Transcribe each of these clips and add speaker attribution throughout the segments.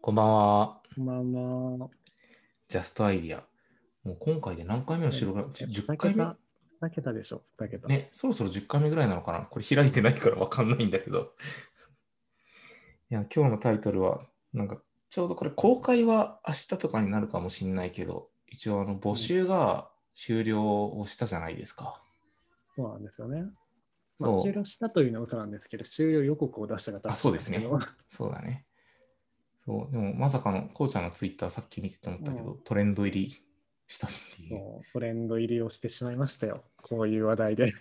Speaker 1: こんばんは。
Speaker 2: こんばんは。
Speaker 1: ジャストアイディア。もう今回で何回目の収録なのち
Speaker 2: 2
Speaker 1: 10回目
Speaker 2: 桁、2桁でしょ、2桁。
Speaker 1: ね、そろそろ10回目ぐらいなのかなこれ開いてないからわかんないんだけど。いや、今日のタイトルは、なんか、ちょうどこれ公開は明日とかになるかもしれないけど、一応あの募集が終了をしたじゃないですか。
Speaker 2: そうなんですよね。ま
Speaker 1: そ
Speaker 2: あ、
Speaker 1: う
Speaker 2: 終了したというのは嘘なんですけど、終了予告を出した方
Speaker 1: あそうですね
Speaker 2: なんけ
Speaker 1: そうだね。そう、でもまさかの、こうちゃんのツイッターさっき見てて思ったけど、トレンド入りしたってい
Speaker 2: ど
Speaker 1: う。
Speaker 2: もうトレンド入りをしてしまいましたよ、こういう話題で。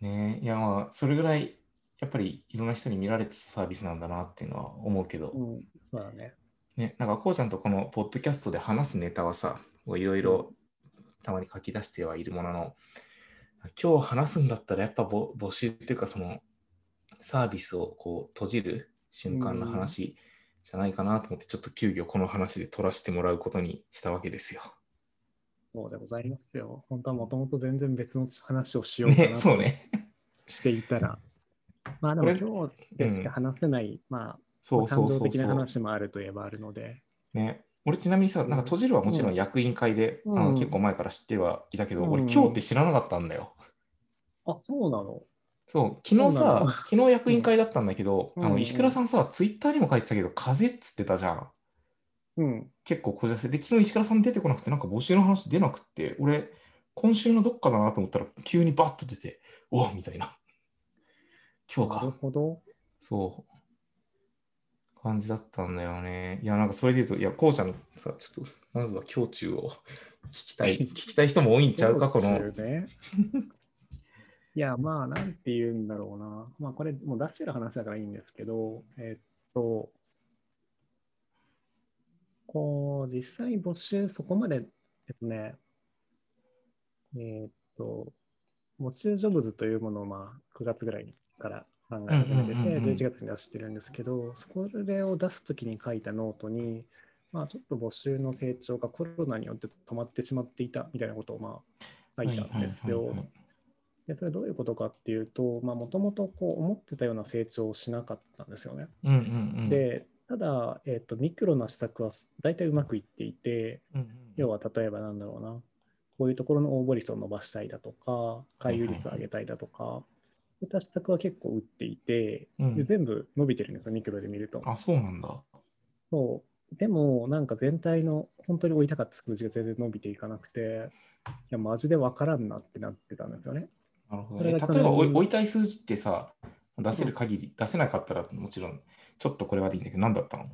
Speaker 1: ねえいやまあそれぐらいやっぱりいろんな人に見られてたサービスなんだなっていうのは思うけど、
Speaker 2: うん、そうだね。
Speaker 1: ね、なんかこうちゃんとこのポッドキャストで話すネタはさこういろいろたまに書き出してはいるものの今日話すんだったらやっぱぼ募集っていうかそのサービスをこう閉じる瞬間の話じゃないかなと思ってちょっと急遽この話で取らせてもらうことにしたわけですよ。
Speaker 2: そうでございますよ。本当はもともと全然別の話をしようか
Speaker 1: ね
Speaker 2: な
Speaker 1: そう
Speaker 2: と
Speaker 1: ね。
Speaker 2: していたら。まあで
Speaker 1: こ
Speaker 2: も
Speaker 1: れ
Speaker 2: 今日でしか話せない、まあ、
Speaker 1: そうそ
Speaker 2: 感
Speaker 1: うそう
Speaker 2: 情
Speaker 1: そう。
Speaker 2: 的な話もあるといえばあるので。
Speaker 1: ね、俺ちなみにさ、なんか閉じるはもちろ
Speaker 2: うんん
Speaker 1: 役員会で、あ
Speaker 2: う
Speaker 1: の
Speaker 2: ん
Speaker 1: 結構前から知ってはいたけど、
Speaker 2: うん
Speaker 1: 俺今日って知らなかったんだよ。
Speaker 2: あ、そうなの
Speaker 1: そう、昨日
Speaker 2: そうなの
Speaker 1: さ、昨日役員会だったんだけど、
Speaker 2: うん
Speaker 1: あ
Speaker 2: う
Speaker 1: の
Speaker 2: ん
Speaker 1: 石倉さんさ、ツイッターにも書いてたけど、風邪っつってたじゃん。
Speaker 2: うん。
Speaker 1: 結構こじらせて、で昨日石倉さん出てこなくて、なんか募集の話出なくって、俺、今週のどっかだなと思ったら、急にバッと出て、おみたいな。今日
Speaker 2: なる
Speaker 1: か。
Speaker 2: ほど。
Speaker 1: そう。感じだったんだよね。いや、なんかそれで言うと、いや、こうちゃんさ、ちょっと、まずは胸中を聞きたい、聞きたい人も多いんちゃうか、この。
Speaker 2: そうねいや、まあ、なんて言うんだろうな。まあ、これ、もう出してる話だからいいんですけど、えっと、こう、実際募集、そこまで、えっとね、えっと、募集ジョブズというものを、まあ、9月ぐらいから考え始めてて、
Speaker 1: うんうんうんうん
Speaker 2: 11月に出してるんですけど、それを出すときに書いたノートに、まあ、ちょっと募集の成長がコロナによって止まってしまっていたみたいなことをまあ書いたんで
Speaker 1: はい
Speaker 2: すよ
Speaker 1: はいはい。
Speaker 2: でそれどういうことかっていうともともと思ってたような成長をしなかったんですよね。
Speaker 1: うんうんうん。、
Speaker 2: でただ、えっとミクロな施策は大体うまくいっていて
Speaker 1: うんうん、
Speaker 2: 要は例えばなんだろうなこういうところの応募率を伸ばしたいだとか回遊率を上げたいだとか、そういった施策は結構打っていて
Speaker 1: う
Speaker 2: で
Speaker 1: ん、
Speaker 2: 全部伸びてるんですよミクロで見ると。
Speaker 1: あ、そうなんだ。
Speaker 2: そう。でも、なんか全体の本当に追いたかった数字が全然伸びていかなくて、いや、マジで分からんなってなってたんですよね。
Speaker 1: なるほど
Speaker 2: そ
Speaker 1: ね。
Speaker 2: れ
Speaker 1: 例え
Speaker 2: が
Speaker 1: ば、
Speaker 2: 去
Speaker 1: おい
Speaker 2: 年
Speaker 1: 置いたい数字ってさ、出せる限り、出せなかったら、もちろん、ちょっとこれはでいいんだけど、何だったの
Speaker 2: い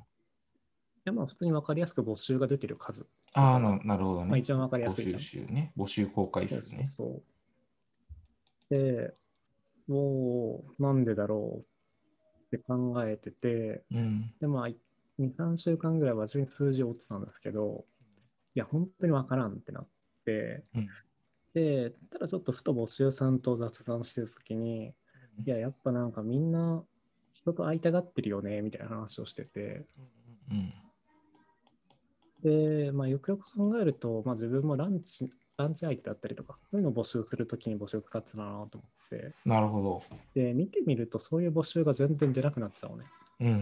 Speaker 2: や、まあ、普通に分かりやすく募集が出てる数。
Speaker 1: ああ、ななるほどね。
Speaker 2: まあ、一番分かりや
Speaker 1: 募
Speaker 2: すいじゃ
Speaker 1: 集
Speaker 2: ん。
Speaker 1: 集ね。募集公開数ね。
Speaker 2: そうそうそう。で、もう、なんでだろうって考えてて、
Speaker 1: うん。
Speaker 2: で、まあ、2、3週間ぐらいは自分に数字を追ってたんですけど、いや、本当にわからんってなって、
Speaker 1: うん
Speaker 2: で、ただちょっとふと募集さんと雑談してるときに、いや、やっぱなんかみんな人と会いたがってるよね、みたいな話をしてて、
Speaker 1: うん。
Speaker 2: で、まあ、よくよく考えると、まあ、自分もランチ、ランチ相手だったりとか、そういうのを募集するときに募集使ってたなと思って、
Speaker 1: なるほど。
Speaker 2: で、見てみると、そういう募集が全然出なくなってたのね。
Speaker 1: うんうんう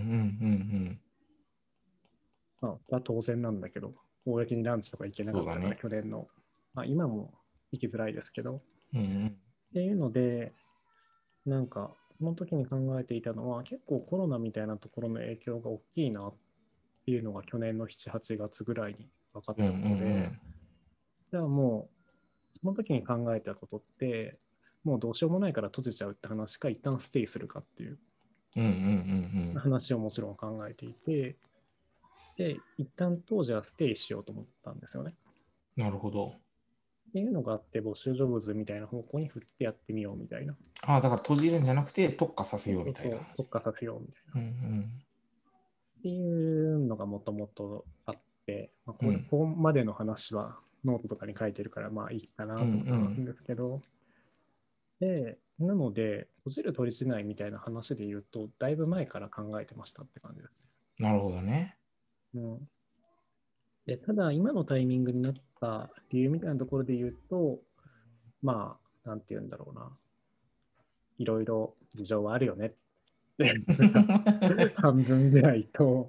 Speaker 1: ん
Speaker 2: まあ、これは当然なんだけど、公にランチとか行けなかったか
Speaker 1: そう
Speaker 2: ら、
Speaker 1: だね
Speaker 2: 去年の、まあ、今も行きづらいですけど、
Speaker 1: うん。うんうん
Speaker 2: っていうので、なんか、その時に考えていたのは、結構コロナみたいなところの影響が大きいなっていうのが去年の7、8月ぐらいに分かっ
Speaker 1: う
Speaker 2: た
Speaker 1: ん
Speaker 2: の
Speaker 1: う
Speaker 2: で、
Speaker 1: んうん。
Speaker 2: じゃあもう、その時に考えたことって、もうどうしようもないから閉じちゃうって話か、一旦ステイするかっていう
Speaker 1: うんうんうんうん。
Speaker 2: 話をもちろん考えていて、で、一旦当時はステイしようと思ったんですよね。
Speaker 1: なるほど。
Speaker 2: っていうのがあって、募集ジョブズみたいな方向に振ってやってみようみたいな。
Speaker 1: ああ、だから閉じるんじゃなくて特化させようみたいな。
Speaker 2: そう特化させようみたいな。
Speaker 1: うんうん。
Speaker 2: っていうのがもともとあって、まあ、こ
Speaker 1: う
Speaker 2: れ
Speaker 1: ん
Speaker 2: ここまでの話はノートとかに書いてるからまあいいかなと思ったんですけど、でなので閉じる閉じないみたいな話で言うとだいぶ前から考えてましたって感じです
Speaker 1: なるほど ね。
Speaker 2: ね。うん、でただ今のタイミングになった理由みたいなところで言うとまあなんて言うんだろうないろい ろ事情はあるよねって半分ぐらいと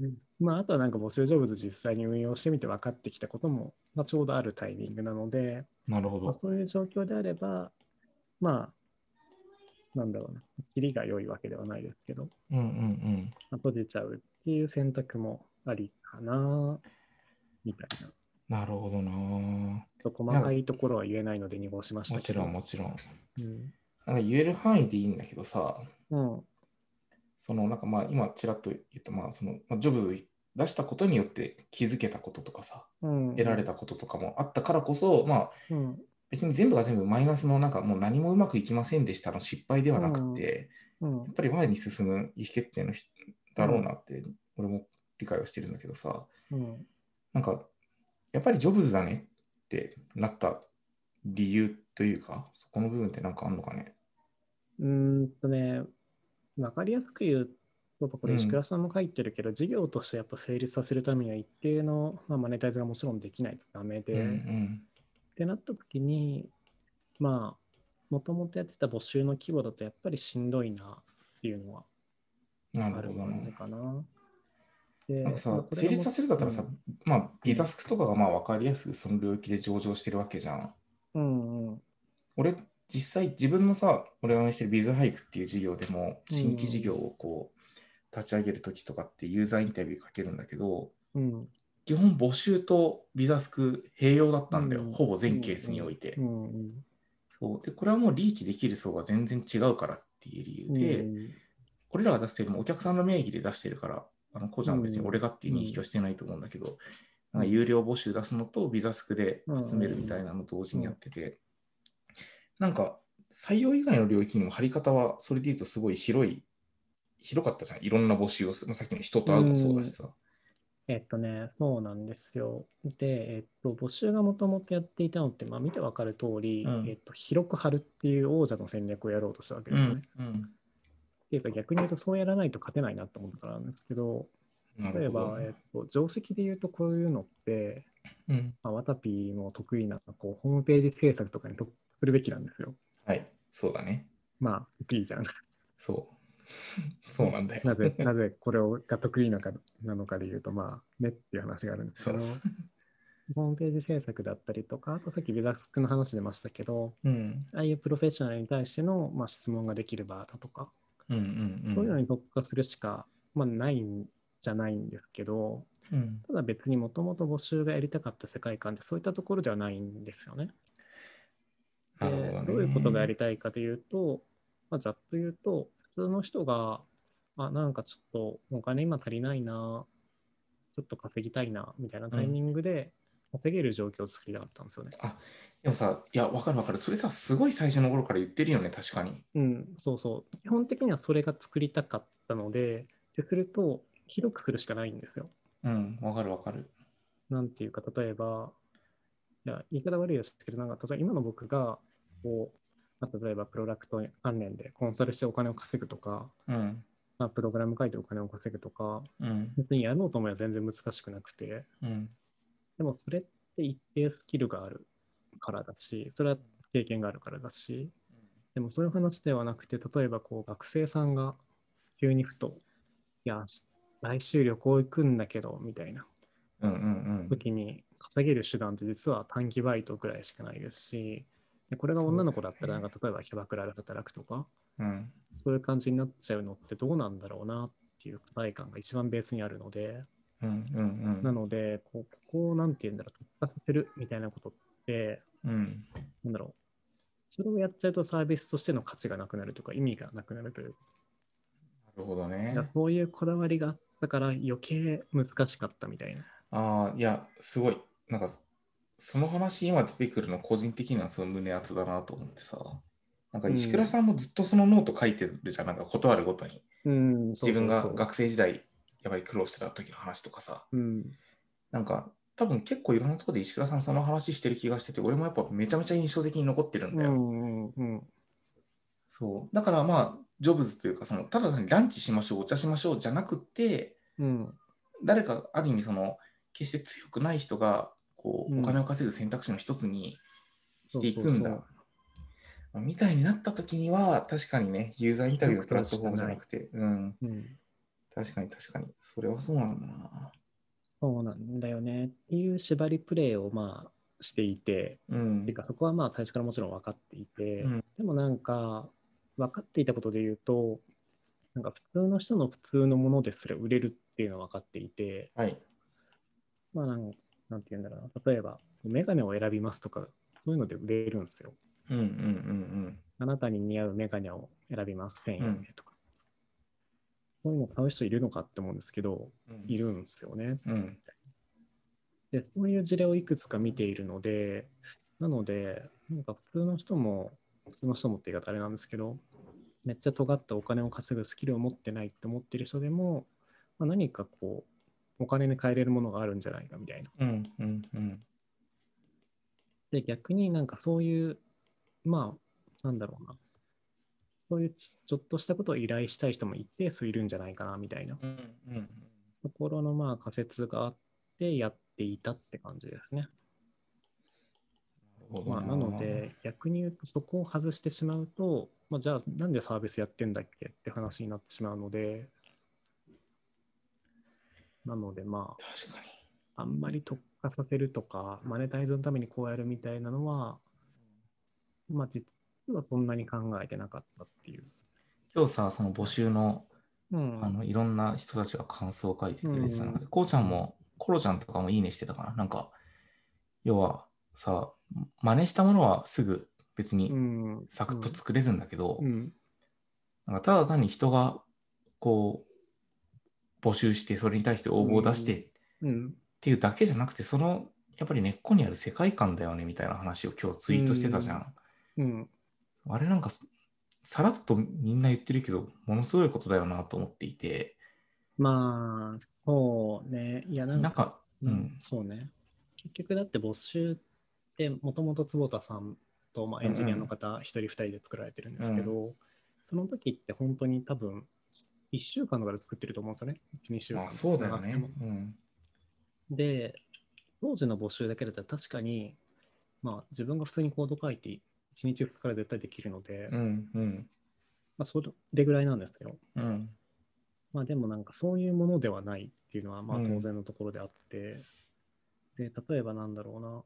Speaker 2: うんまあ、あとはなんか募集ジョブズ実際に運用してみて分かってきたことも、まあ、ちょうどあるタイミングなので、
Speaker 1: なるほ
Speaker 2: まあ
Speaker 1: ど。、
Speaker 2: そういう状況であれば、まあ、なんだろうな、切りが良いわけではないですけど、
Speaker 1: うんうんうん。
Speaker 2: まあ閉じちゃうっていう選択もありかな、みたいな。
Speaker 1: なるほどな。も
Speaker 2: ちょっと細かいところは言えないので濁しました
Speaker 1: ち
Speaker 2: け
Speaker 1: ろ
Speaker 2: ど。
Speaker 1: んもちろん。
Speaker 2: うん。
Speaker 1: なんか言える範囲でいいんだけどさ、
Speaker 2: うん。
Speaker 1: そのなんかまあ今ちらっと言った、まあそのまあジョブズ出したことによって気づけたこととかさ、
Speaker 2: うん、
Speaker 1: 得られたこととかもあったからこそ、まあ
Speaker 2: うん。
Speaker 1: 別に全部が全部マイナスのなんかもう何もうまくいきませんでしたの失敗ではなくて、
Speaker 2: うん
Speaker 1: やっ。ぱり前に進む意思決定のひだろうなって俺も理解をしてるんだけどさ、
Speaker 2: うん。
Speaker 1: なんかやっぱりジョブズだねってなった理由というか、そこの部分ってなんかあんのかね。
Speaker 2: うーんとね、わかりやすく言うと、これ
Speaker 1: うん
Speaker 2: 石倉さんも書いてるけど、事業としてやっぱ成立させるためには一定の、まあ、マネタイズがもちろんできないとダメで、
Speaker 1: う
Speaker 2: っ
Speaker 1: ん
Speaker 2: てなった時に、まあ、もともとやってた募集の規模だとやっぱりしんどいなっていうのは
Speaker 1: うん、な
Speaker 2: あ
Speaker 1: る
Speaker 2: る
Speaker 1: ほど
Speaker 2: 感じ
Speaker 1: な。
Speaker 2: かな。
Speaker 1: な
Speaker 2: で
Speaker 1: んか
Speaker 2: まあ
Speaker 1: さ
Speaker 2: こ、れが
Speaker 1: 成立させるだったらさ、まあ、ビ
Speaker 2: ん
Speaker 1: ザスクとかがまあ分かりやすくその領域で上場してるわけじゃん。
Speaker 2: うんうん。
Speaker 1: 俺、実際自分のさ、俺が運営してるビズハイクっていう事業でも、新規事業をこう、立ち上げるときとかってユーザーインタビューかけるんだけど、
Speaker 2: うん。
Speaker 1: 基本募集とビザスク併用だったんだよ、
Speaker 2: うん
Speaker 1: ほぼ全ケースにおいて、
Speaker 2: うんうん。
Speaker 1: そうで。これはもうリーチできる層が全然違うからっていう理由で、
Speaker 2: うん
Speaker 1: 俺らが出してるのもお客さんの名義で出してるから、あの、こうじゃん別に俺がっていう認識はしてないと思うんだけど、
Speaker 2: うん
Speaker 1: なんか有料募集出すのとビザスクで集めるみたいなの同時にやってて、なんか採用以外の領域にも貼り方はそれで言うとすごい広い、広かったじゃん。いろんな募集をする。まあ、さっきの人と会うもそうだしさ。
Speaker 2: えっとね、そうなんですよ。で、えっと、募集がもともとやっていたのって、まあ、見てわかる通り、
Speaker 1: うん
Speaker 2: えっと、広く貼るっていう王者の戦略をやろうとしたわけですよね。
Speaker 1: うん
Speaker 2: っていうか、逆に言うと、そうやらないと勝てないなと思ったからなんですけど、
Speaker 1: な
Speaker 2: 例え
Speaker 1: るほど
Speaker 2: ば、。えっと、定石で言うと、こういうのって、
Speaker 1: うん
Speaker 2: まあ、ワタピーの得意な、こう、ホームページ制作とかに特化するべきなんですよ。
Speaker 1: はい、そうだね。
Speaker 2: まあ、得意じゃん。
Speaker 1: そう。 そうなんだよ。
Speaker 2: なぜ、なぜこれが得意なのかなのかで言うと、まあ、ねっていう話があるんですけど
Speaker 1: そ、
Speaker 2: ホームページ制作だったりとか、あとさっきビザスクの話出ましたけど、
Speaker 1: うん。
Speaker 2: ああいうプロフェッショナルに対しての、まあ、質問ができる場だとか、
Speaker 1: うんうん
Speaker 2: そうういうの
Speaker 1: ん。
Speaker 2: に特化するしか、まあ、ないんじゃないんですけど、
Speaker 1: うん
Speaker 2: ただ別にもともと募集がやりたかった世界観ってそういったところではないんですよね。
Speaker 1: なるほど
Speaker 2: で
Speaker 1: ね。
Speaker 2: どういうことがやりたいかというと、まあ、ざっと言うと、普通の人が、あ、なんかちょっとお金今足りないな、ちょっと稼ぎたいな、みたいなタイミングで稼げる状況を作りたかったんですよね。
Speaker 1: でもさ、いや、わかるわかる。それさ、すごい最初の頃から言ってるよね、確かに。
Speaker 2: うん、そうそう。基本的にはそれが作りたかったので、ですると、広くするしかないんですよ。
Speaker 1: うん、わかるわかる。
Speaker 2: なんていうか、例えば、いや、言い方悪いですけど、なんか、例えば今の僕が、こう、まあ例えばプロダクト関連でコンサルしてお金を稼ぐとか、
Speaker 1: うん、
Speaker 2: まあ、プログラム書いてお金を稼ぐとか、
Speaker 1: うん、
Speaker 2: 別にやろうと思えば全然難しくなくて、
Speaker 1: うん、
Speaker 2: でもそれって一定スキルがあるからだし、それは経験があるからだし、でもそういう話ではなくて、例えばこう学生さんが急にふと、いや、来週旅行行くんだけど、みたいな
Speaker 1: うん、うん、
Speaker 2: 時に稼げる手段って実は短期バイトぐらいしかないですし、でこれが女の子だったら、なんか例えばキャバクラで働くとか、
Speaker 1: うん、うん。
Speaker 2: そういう感じになっちゃうのってどうなんだろうなっていう課題感が一番ベースにあるので、
Speaker 1: うんうんう
Speaker 2: なんので、こうここをなんて言うんだろう、突破させるみたいなことって、
Speaker 1: うん
Speaker 2: なんだろう、それをやっちゃうとサービスとしての価値がなくなるというか、意味がなくなるという
Speaker 1: なるほど
Speaker 2: か、
Speaker 1: ね。
Speaker 2: そういうこだわりがあったから、余計難しかったみたいな。
Speaker 1: ああ、いや、すごい。なんか、その話今出てくるの、個人的にはすごい胸熱だなと思ってさ。なんか、
Speaker 2: うん
Speaker 1: 石倉さんもずっとそのノート書いてるじゃん、なんか、断るごとに。
Speaker 2: うん、
Speaker 1: 自分が学生時代、やっぱり苦労してた時の話とかさ。
Speaker 2: うん、
Speaker 1: なんか、多分結構いろんなところで石倉さんその話してる気がしてて、俺もやっぱめちゃめちゃ印象的に残ってるん
Speaker 2: う
Speaker 1: だよ。
Speaker 2: ん、うん、
Speaker 1: そうだからまあ、ジョブズというか、そのただ単にランチしましょう、お茶しましょうじゃなくて、
Speaker 2: うん、
Speaker 1: 誰かある意味その、決して強くない人がこ
Speaker 2: う
Speaker 1: うんお金を稼ぐ選択肢の一つにしていく
Speaker 2: そ
Speaker 1: ん
Speaker 2: うそ
Speaker 1: だ。
Speaker 2: うそう
Speaker 1: まあみたいになった時には、確かにね、ユーザーインタビューのプラットフォームじゃなくて、うん、
Speaker 2: うん、
Speaker 1: 確かに確かに。それはそうなんだな。
Speaker 2: そうなんだよねっていう縛りプレイをまあしていて、
Speaker 1: うん
Speaker 2: ていうかそこはまあ最初からもちろん分かっていて、
Speaker 1: うん
Speaker 2: でもなんか分かっていたことで言うとなんか普通の人の普通のものですら売れるっていうのは分かっていて
Speaker 1: はい。
Speaker 2: まあなんなんて言うんだろうな例えばメガネを選びますとかそういうので売れるんですよ
Speaker 1: うんうんうん
Speaker 2: あなたに似合うメガネを選びます1000円でとか、そういうの買う人いるのかって思うんですけど
Speaker 1: うん。うん
Speaker 2: い。るんですよね
Speaker 1: うん。
Speaker 2: でそういう事例をいくつか見ているのでなのでなんか普通の人も普通の人もって言い方あれなんですけどめっちゃ尖ったお金を稼ぐスキルを持ってないって思ってる人でも、まあ、何かこうお金に変えれるものがあるんじゃないかみたいな。
Speaker 1: うんうんうん。
Speaker 2: で逆になんかそういうまあなんだろうなそういうちちょっとしたことを依頼したい人も一定数いるんじゃないかなみたいな
Speaker 1: うんうん
Speaker 2: ところのまあ仮説があってやっていたって感じですね。
Speaker 1: うん。
Speaker 2: まあ、なので、逆に言うと、そこを外してしまうと、まあ、じゃあ、なんでサービスやってんだっけって話になってしまうので、なので、ま
Speaker 1: 確かに。
Speaker 2: あ、あんまり特化させるとか、マネタイズのためにこうやるみたいなのは、まあ、実はそんなに考えてなかったっていう。
Speaker 1: 今日さ、その募集の
Speaker 2: うん
Speaker 1: あのいろんな人たちが感想を書いてくれてたので、
Speaker 2: う
Speaker 1: こうちゃんも、コロちゃんとかもいいねしてたかな。なんか、要はさ、真似したものはすぐ別に
Speaker 2: うん、
Speaker 1: サクッと作れるんだけど、
Speaker 2: うん、
Speaker 1: なんかただ単に人がこう募集して、それに対して応募を出して
Speaker 2: うん
Speaker 1: っ
Speaker 2: うん、
Speaker 1: ていうだけじゃなくて、そのやっぱり根っこにある世界観だよねみたいな話を今日ツイートしてたじゃん。
Speaker 2: うん、
Speaker 1: あれなんかささらっとみんな言ってるけど、ものすごいことだよなと思っていて、
Speaker 2: まあ、そうね。いや、なん
Speaker 1: な
Speaker 2: か
Speaker 1: ん、か、う
Speaker 2: うん
Speaker 1: ん、、
Speaker 2: そうね。結局だって募集ってもともと坪田さんと、まあ、エンジニアの方一人二人で作られてるんですけど、その時って本当に多分1週間とかで作ってると思うんですよね。1、2週間。
Speaker 1: まあそうだよね
Speaker 2: 長くても。
Speaker 1: うん、
Speaker 2: で、当時の募集だけだったら確かに、まあ自分が普通にコード書いて1日2日から絶対できるので、
Speaker 1: う
Speaker 2: ま
Speaker 1: ん、うん、
Speaker 2: あそれぐらいなんですけど、
Speaker 1: うん、
Speaker 2: まあでもなんかそういうものではないっていうのはまあ
Speaker 1: うん
Speaker 2: 当然のところであって、で、例えばなんだろうな、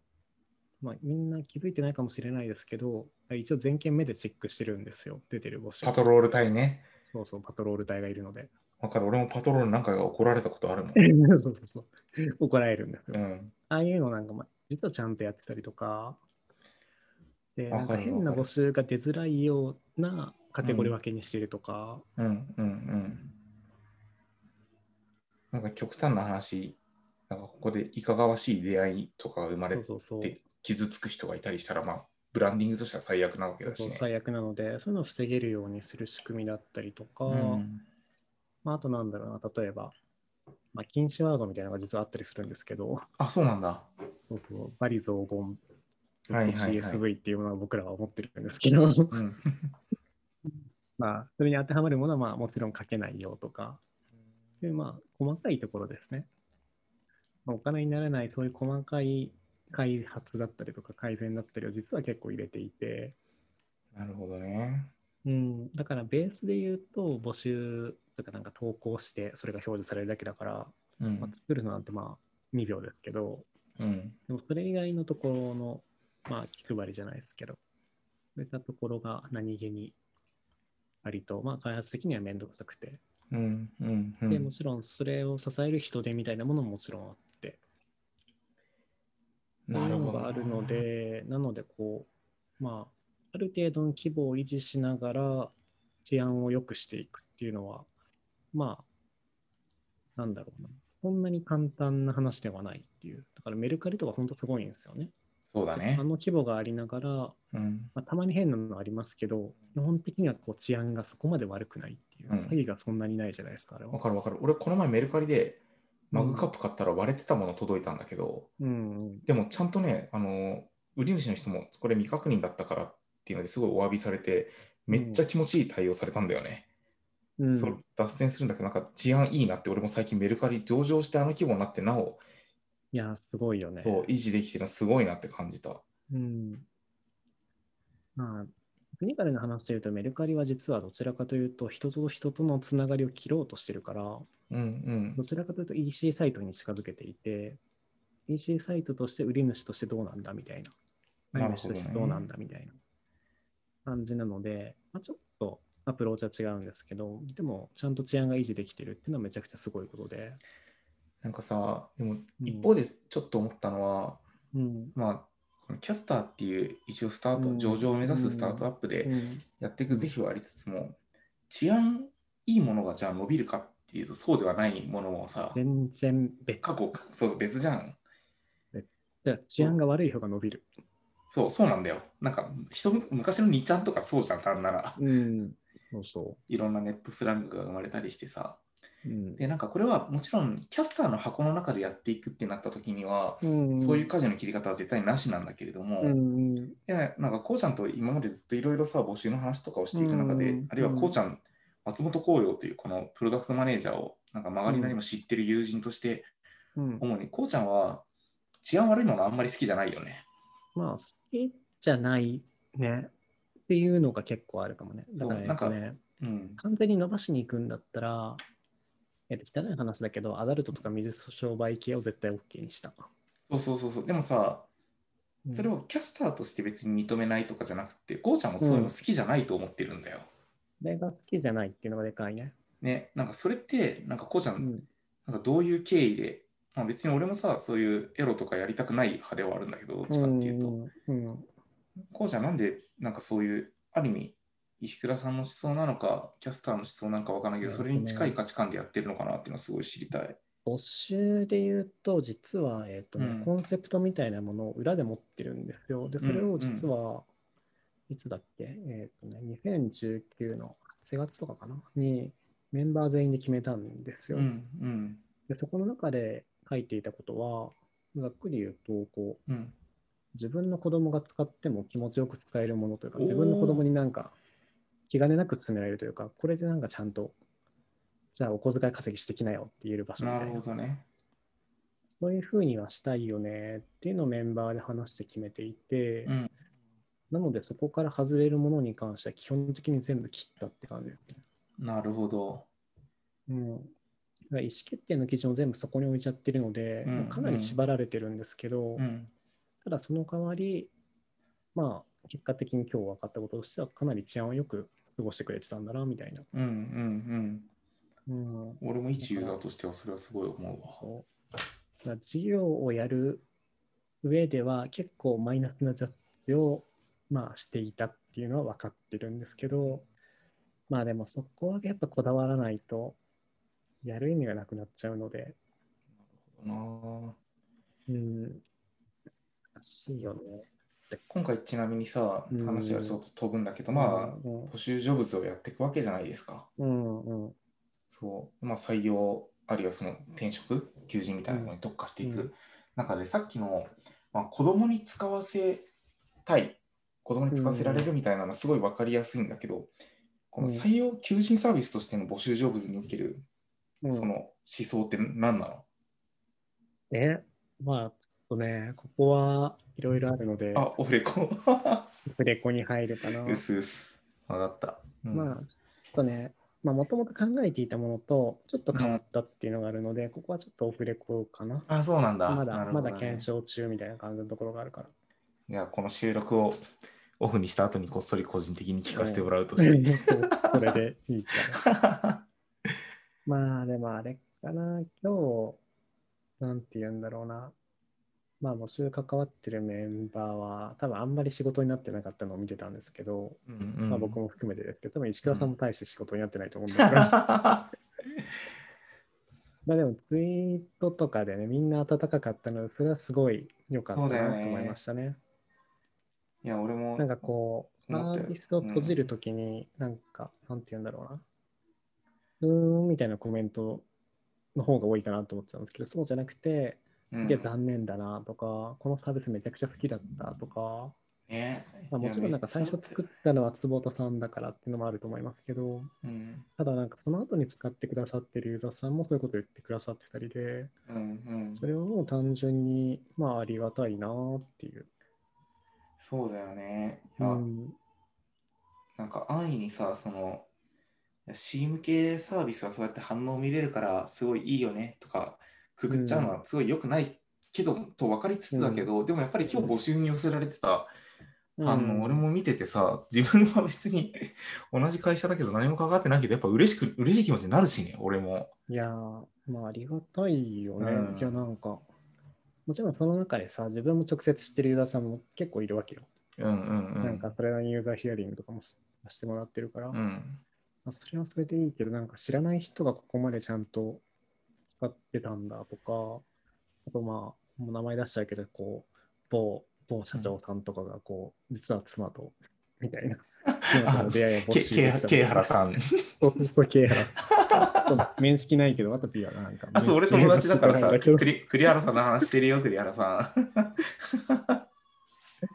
Speaker 2: まあみんな気づいてないかもしれないですけど、一応全件目でチェックしてるんですよ、出てる募集。
Speaker 1: パトロール隊ね。
Speaker 2: そうそう、パトロール隊がいるの で。
Speaker 1: わかる、俺もパトロールなんかが怒られたことあるもん。
Speaker 2: そうそうそう。怒られるんです
Speaker 1: う
Speaker 2: よ。
Speaker 1: ん、
Speaker 2: ああいうのなんか、まあ、実はちゃんとやってたりとか、で、なん
Speaker 1: わか
Speaker 2: か
Speaker 1: る
Speaker 2: 変な
Speaker 1: わかる
Speaker 2: 募集が出づらいようなカテゴリー分けにしてるとか、
Speaker 1: うん、うん、うん。なんか極端な話、なんかここでいかがわしい出会いとかが生まれ
Speaker 2: そうそうそう。
Speaker 1: て傷つく人がいたりしたら、まあ、ブランディングとしては最悪なわけだし
Speaker 2: そう
Speaker 1: ね。
Speaker 2: 最悪なので、そういうのを防げるようにする仕組みだったりとか、
Speaker 1: うん、
Speaker 2: まあ、あとなんだろうな、例えば、まあ、禁止ワードみたいなのが実はあったりするんですけど、
Speaker 1: あ、そうなんだ。
Speaker 2: 僕はバリ雑言、
Speaker 1: はいはいはい
Speaker 2: CSV っていうものは僕らは思ってるんですけど、
Speaker 1: うん。
Speaker 2: まあ、それに当てはまるものは、まあ、もちろん書けないよとか、そういうまあ、細かいところですね。まあ、お金にならない、そういう細かい開発だったりとか改善だったりを実は結構入れていて、
Speaker 1: なるほどね。
Speaker 2: うん、だからベースで言うと、募集とかなんか投稿して、それが表示されるだけだから、
Speaker 1: う
Speaker 2: まあ
Speaker 1: ん、
Speaker 2: 作るのなんてまあ2秒ですけど、
Speaker 1: うん、
Speaker 2: でもそれ以外のところの、まあ、気配りじゃないですけど、そういったところが何気にありと、まあ、開発的には面倒くさくて、
Speaker 1: うん、うん、う
Speaker 2: で
Speaker 1: ん
Speaker 2: も。ちろんそれを支える人手みたいなものももちろんあって、そういうのがあるので、なのでこう、まあ、ある程度の規模を維持しながら治安を良くしていくっていうのは、まあ、なんだろうな。そんなに簡単な話ではないっていう。だからメルカリとか本当すごいんですよね。
Speaker 1: そうだね
Speaker 2: あ。の規模がありながら、ま
Speaker 1: うん、
Speaker 2: あ、たまに変なのありますけど、基本的にはこう治安がそこまで悪くないっていう。
Speaker 1: うん
Speaker 2: 詐欺がそんなにないじゃないですか、あれ
Speaker 1: わ
Speaker 2: は。
Speaker 1: かるわかる。俺、この前メルカリでマグカップ買ったら割れてたもの届いたんだけど、
Speaker 2: うんうん。
Speaker 1: でもちゃんとね、あの、売り主の人もこれ未確認だったからっていうのですごいお詫びされて、めっちゃ気持ちいい対応されたんだよね。
Speaker 2: うん、
Speaker 1: そう脱線するんだけど、なんか治安いいなって、俺も最近メルカリ上場してあの規模になって、なお、
Speaker 2: いや、すごいよね。
Speaker 1: そう、維持できてるのすごいなって感じた。
Speaker 2: うん。まあ、テクニカルな話で言うと、メルカリは実はどちらかというと、人と人とのつながりを切ろうとしてるから、
Speaker 1: うんうん
Speaker 2: どちらかというと EC サイトに近づけていて、EC サイトとして売り主としてどうなんだみたいな、
Speaker 1: な
Speaker 2: 売
Speaker 1: る
Speaker 2: り
Speaker 1: ほ
Speaker 2: 主
Speaker 1: ど
Speaker 2: と
Speaker 1: ね
Speaker 2: してどうなんだみたいな感じなので、まあ、ちょっとアプローチは違うんですけど、でもちゃんと治安が維持できてるっていうのはめちゃくちゃすごいことで。
Speaker 1: なんかさ、でも
Speaker 2: うん
Speaker 1: 一方でちょっと思ったのは、
Speaker 2: うん。
Speaker 1: まあ、このキャスターっていう一応スタート、
Speaker 2: うん
Speaker 1: 上場を目指すスタートアップ
Speaker 2: う
Speaker 1: で
Speaker 2: ん
Speaker 1: やっていく是非はありつつも、治安いいものがじゃあ伸びるかっていうと、そうではないものもさ、
Speaker 2: 全然別。
Speaker 1: 過去、そうそう別じゃん。
Speaker 2: じゃあ治安が悪い方が伸びる。
Speaker 1: そう、そうなんだよ。なんか、人昔の2ちゃんとかそうじゃん、単なら。
Speaker 2: うん。そうそ
Speaker 1: いろんなネットスラングが生まれたりしてさ。
Speaker 2: う。うん
Speaker 1: で、なんかこれはもちろん、キャスターの箱の中でやっていくってなった時には、
Speaker 2: うん
Speaker 1: そういう舵の切り方は絶対なしなんだけれども、
Speaker 2: う
Speaker 1: い
Speaker 2: んうん。
Speaker 1: や、なんかこうちゃんと今までずっといろいろさ、募集の話とかをしていく中で、
Speaker 2: うん
Speaker 1: あるいはこうちゃん、松本紅葉というこのプロダクトマネージャーを、なんか曲がりなりも知ってる友人として、
Speaker 2: うん、
Speaker 1: 主にこうちゃんは治安悪いものあんまり好きじゃないよね。
Speaker 2: まあ、好きじゃないね。っていうのが結構あるかもね。だか
Speaker 1: そ
Speaker 2: ら、
Speaker 1: う
Speaker 2: ね、
Speaker 1: なんかうん。
Speaker 2: 完全に伸ばしに行くんだったら、えっと、汚い話だけど、アダルトとか水商売系を絶対 OK にした。
Speaker 1: そうそうそうそう。でもさ、
Speaker 2: うん
Speaker 1: それをキャスターとして別に認めないとかじゃなくて、ゴーちゃんもそういうの好きじゃないと思ってるんだよ。
Speaker 2: それが好きじゃないっていうのがでかいね。
Speaker 1: ね、なんかそれって、なんかゴーちゃ、
Speaker 2: うんん。
Speaker 1: なんかどういう経緯で、まあ、別に俺もさ、そういうエロとかやりたくない派ではあるんだけど、どっちかっていうと、
Speaker 2: うんうん
Speaker 1: ゴーちゃんなんで、なんかそういう、ある意味、石倉さんの思想なのか、キャスターの思想なのかわからないけど、それに近い価値観でやってるのかなっていうのはすごい知りたい。
Speaker 2: 募集で言うと、実は、えっとね
Speaker 1: うん
Speaker 2: コンセプトみたいなものを裏で持ってるんですよ。で、それを実は、いつだっけ、えっとね、2019の8月とかかなに、メンバー全員で決めたんですよ。
Speaker 1: うん、うん、
Speaker 2: でそこの中で書いていたことは、ざっくり言うと、こう、
Speaker 1: うん。
Speaker 2: 自分の子供が使っても気持ちよく使えるものというか、
Speaker 1: おー
Speaker 2: 自分の子供になんか気兼ねなく勧められるというか、これでなんかちゃんと、じゃあお小遣い稼ぎしてきなよって言える場所み
Speaker 1: な
Speaker 2: た
Speaker 1: る
Speaker 2: い
Speaker 1: ほ
Speaker 2: な。
Speaker 1: どね。
Speaker 2: そういうふうにはしたいよねっていうのをメンバーで話して決めていて、
Speaker 1: うん
Speaker 2: なのでそこから外れるものに関しては基本的に全部切ったって感じですね。
Speaker 1: なるほど。
Speaker 2: うん、だから意思決定の基準を全部そこに置いちゃってるので、
Speaker 1: うん
Speaker 2: かなり縛られてるんですけど、
Speaker 1: うん、
Speaker 2: ただその代わり、まあ、結果的に今日分かったこととしては、かなり治安をよく過ごしてくれてたんだな、みたいな。
Speaker 1: うん、うん、うん。
Speaker 2: うん。
Speaker 1: 俺も一ユーザーとしてはそれはすごい思うわ。
Speaker 2: そうだから事業をやる上では、結構マイナスなジャッジを、まあ、していたっていうのは分かってるんですけど、まあでもそこはやっぱこだわらないと、やる意味がなくなっちゃうので、
Speaker 1: なあ
Speaker 2: うん。難しいよね。
Speaker 1: 今回ちなみにさ
Speaker 2: うん、
Speaker 1: 話はちょっと飛ぶんだけど、まあ、
Speaker 2: うん
Speaker 1: 補修ジョブズをやっていくわけじゃないですか。
Speaker 2: うんうん。
Speaker 1: そう。まあ、採用、あるいはその転職、求人みたいなところに特化してい
Speaker 2: うん
Speaker 1: く中で、さっきの、まあ、子供に使わせたい、子供に使わせられるみたいなのはすごい分かりやすいんだけど、この採用求人サービスとしての募集ジョブズにおける、
Speaker 2: うん
Speaker 1: その思想って何なの
Speaker 2: ね、まあ、ちょっとね、ここはいろいろあるので、
Speaker 1: あ、オフレコ。
Speaker 2: フレコに入るかな。
Speaker 1: うすうす。分かった。うん
Speaker 2: まあ、ちょっとね、まあ、もともと考えていたものと、ちょっと変わったっていうのがあるので、ここはちょっとオフレコかな。
Speaker 1: あ、そうなんだ。
Speaker 2: ま
Speaker 1: な
Speaker 2: だ、
Speaker 1: るほ
Speaker 2: ま
Speaker 1: ど
Speaker 2: だ
Speaker 1: ね
Speaker 2: 検証中みたいな感じのところが あるから。
Speaker 1: いや、この収録をオフにした後にこっそり個人的に聞かせてもらうとして。
Speaker 2: これでいいかな。まあ、でもあれかな、今日、なんて言うんだろうな。まあ、募集関わってるメンバーは、多分あんまり仕事になってなかったのを見てたんですけど、
Speaker 1: うんうん
Speaker 2: まあ、僕も含めてですけど、多分石倉さんも大して仕事になってないと思うんです が、
Speaker 1: あ
Speaker 2: まあでもツイートとかでね、みんな温かかったので、それはすごい良かった
Speaker 1: そうだよ
Speaker 2: な
Speaker 1: ね
Speaker 2: と思いましたね。
Speaker 1: いや、俺も。
Speaker 2: なんかこう、サ
Speaker 1: 思ったよ
Speaker 2: ービスを閉じるときに、なんか、なんて言うんだろうな。うーんみたいなコメントの方が多いかなと思ってたんですけど、そうじゃなくて、
Speaker 1: うん
Speaker 2: いや、残念だなとか、このサービスめちゃくちゃ好きだったとか、
Speaker 1: ね
Speaker 2: まあ、もちろんなんか最初作ったのは坪田さんだからっていうのもあると思いますけど、
Speaker 1: うん
Speaker 2: ただなんかその後に使ってくださってるユーザーさんもそういうことを言ってくださってたりで、
Speaker 1: うんうん。
Speaker 2: それはもう単純に、まあ、ありがたいなっていう。
Speaker 1: そうだよね。いや
Speaker 2: うん、
Speaker 1: なんか安易にさ、その、C 向けサービスはそうやって反応見れるからすごいいいよねとかくぐっちゃうのはすごい良くないけど、と分かりつつだけど、でもやっぱり今日募集に寄せられてた、あの俺も見ててさ自分は別に 同じ会社だけど何も関わってないけどやっぱ嬉しく嬉しい気持ちになるしね俺も。
Speaker 2: いやー、まあありがたいよね。
Speaker 1: うん
Speaker 2: いや、なんか、もちろんその中でさ、自分も直接知ってるユーザーさんも結構いるわけよ。
Speaker 1: うんうんうん。
Speaker 2: なんか、それなりにユーザーヒアリングとかもしてもらってるから、
Speaker 1: う
Speaker 2: ま
Speaker 1: ん、
Speaker 2: あ、それはそれでいいけど、なんか知らない人がここまでちゃんと使ってたんだとか、あとまあ、もう名前出しちゃうけど、こう、某、某社長さんとかが、こう、実は妻と、みたいな。 妻との出会いを
Speaker 1: け
Speaker 2: 募集
Speaker 1: け
Speaker 2: した
Speaker 1: けいはらさん。
Speaker 2: そうそうそう、ケイハラ。 ちょっと面識ないけど、ワタピーはなんか。
Speaker 1: あ、そう、俺友達だからさ、
Speaker 2: 面識ないんだけど
Speaker 1: 栗栗原さんの話してるよ、栗原さん。
Speaker 2: な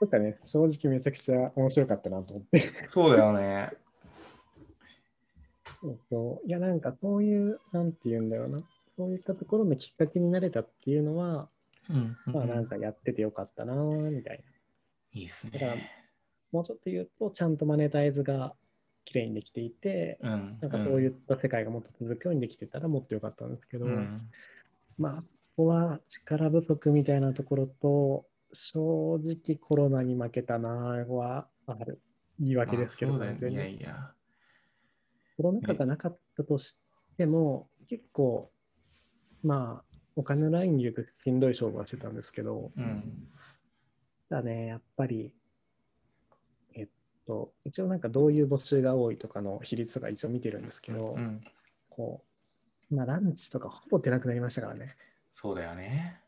Speaker 2: んかね、正直めちゃくちゃ面白かったなと思って。
Speaker 1: そうだよね。
Speaker 2: そうそういや、なんかそういう、なんて言うんだろうな。そういったところのきっかけになれたっていうのは、
Speaker 1: うん
Speaker 2: まあなんかやっててよかったなぁみたいな。
Speaker 1: いいっす
Speaker 2: だから
Speaker 1: ね。、
Speaker 2: もうちょっと言うと、ちゃんとマネタイズが綺麗にできていて、
Speaker 1: うん
Speaker 2: なんかそういった世界がもっと続くようにできてたらもっとよかったんですけど、
Speaker 1: うん
Speaker 2: まあ、そこは力不足みたいなところと、正直コロナに負けたなはある。言い訳ですけど、
Speaker 1: まあそうだよね。い
Speaker 2: 完
Speaker 1: や
Speaker 2: 全に
Speaker 1: いや。
Speaker 2: コロナ禍がなかったとしても、結構、まあ、お金のラインで言うとしんどい勝負はしてたんですけど、
Speaker 1: うん。
Speaker 2: ただね、やっぱり、えっと、一応なんかどういう募集が多いとかの比率とか一応見てるんですけど、
Speaker 1: うん。
Speaker 2: こう、まあランチとかほぼ出なくなりましたからね。
Speaker 1: そうだよね。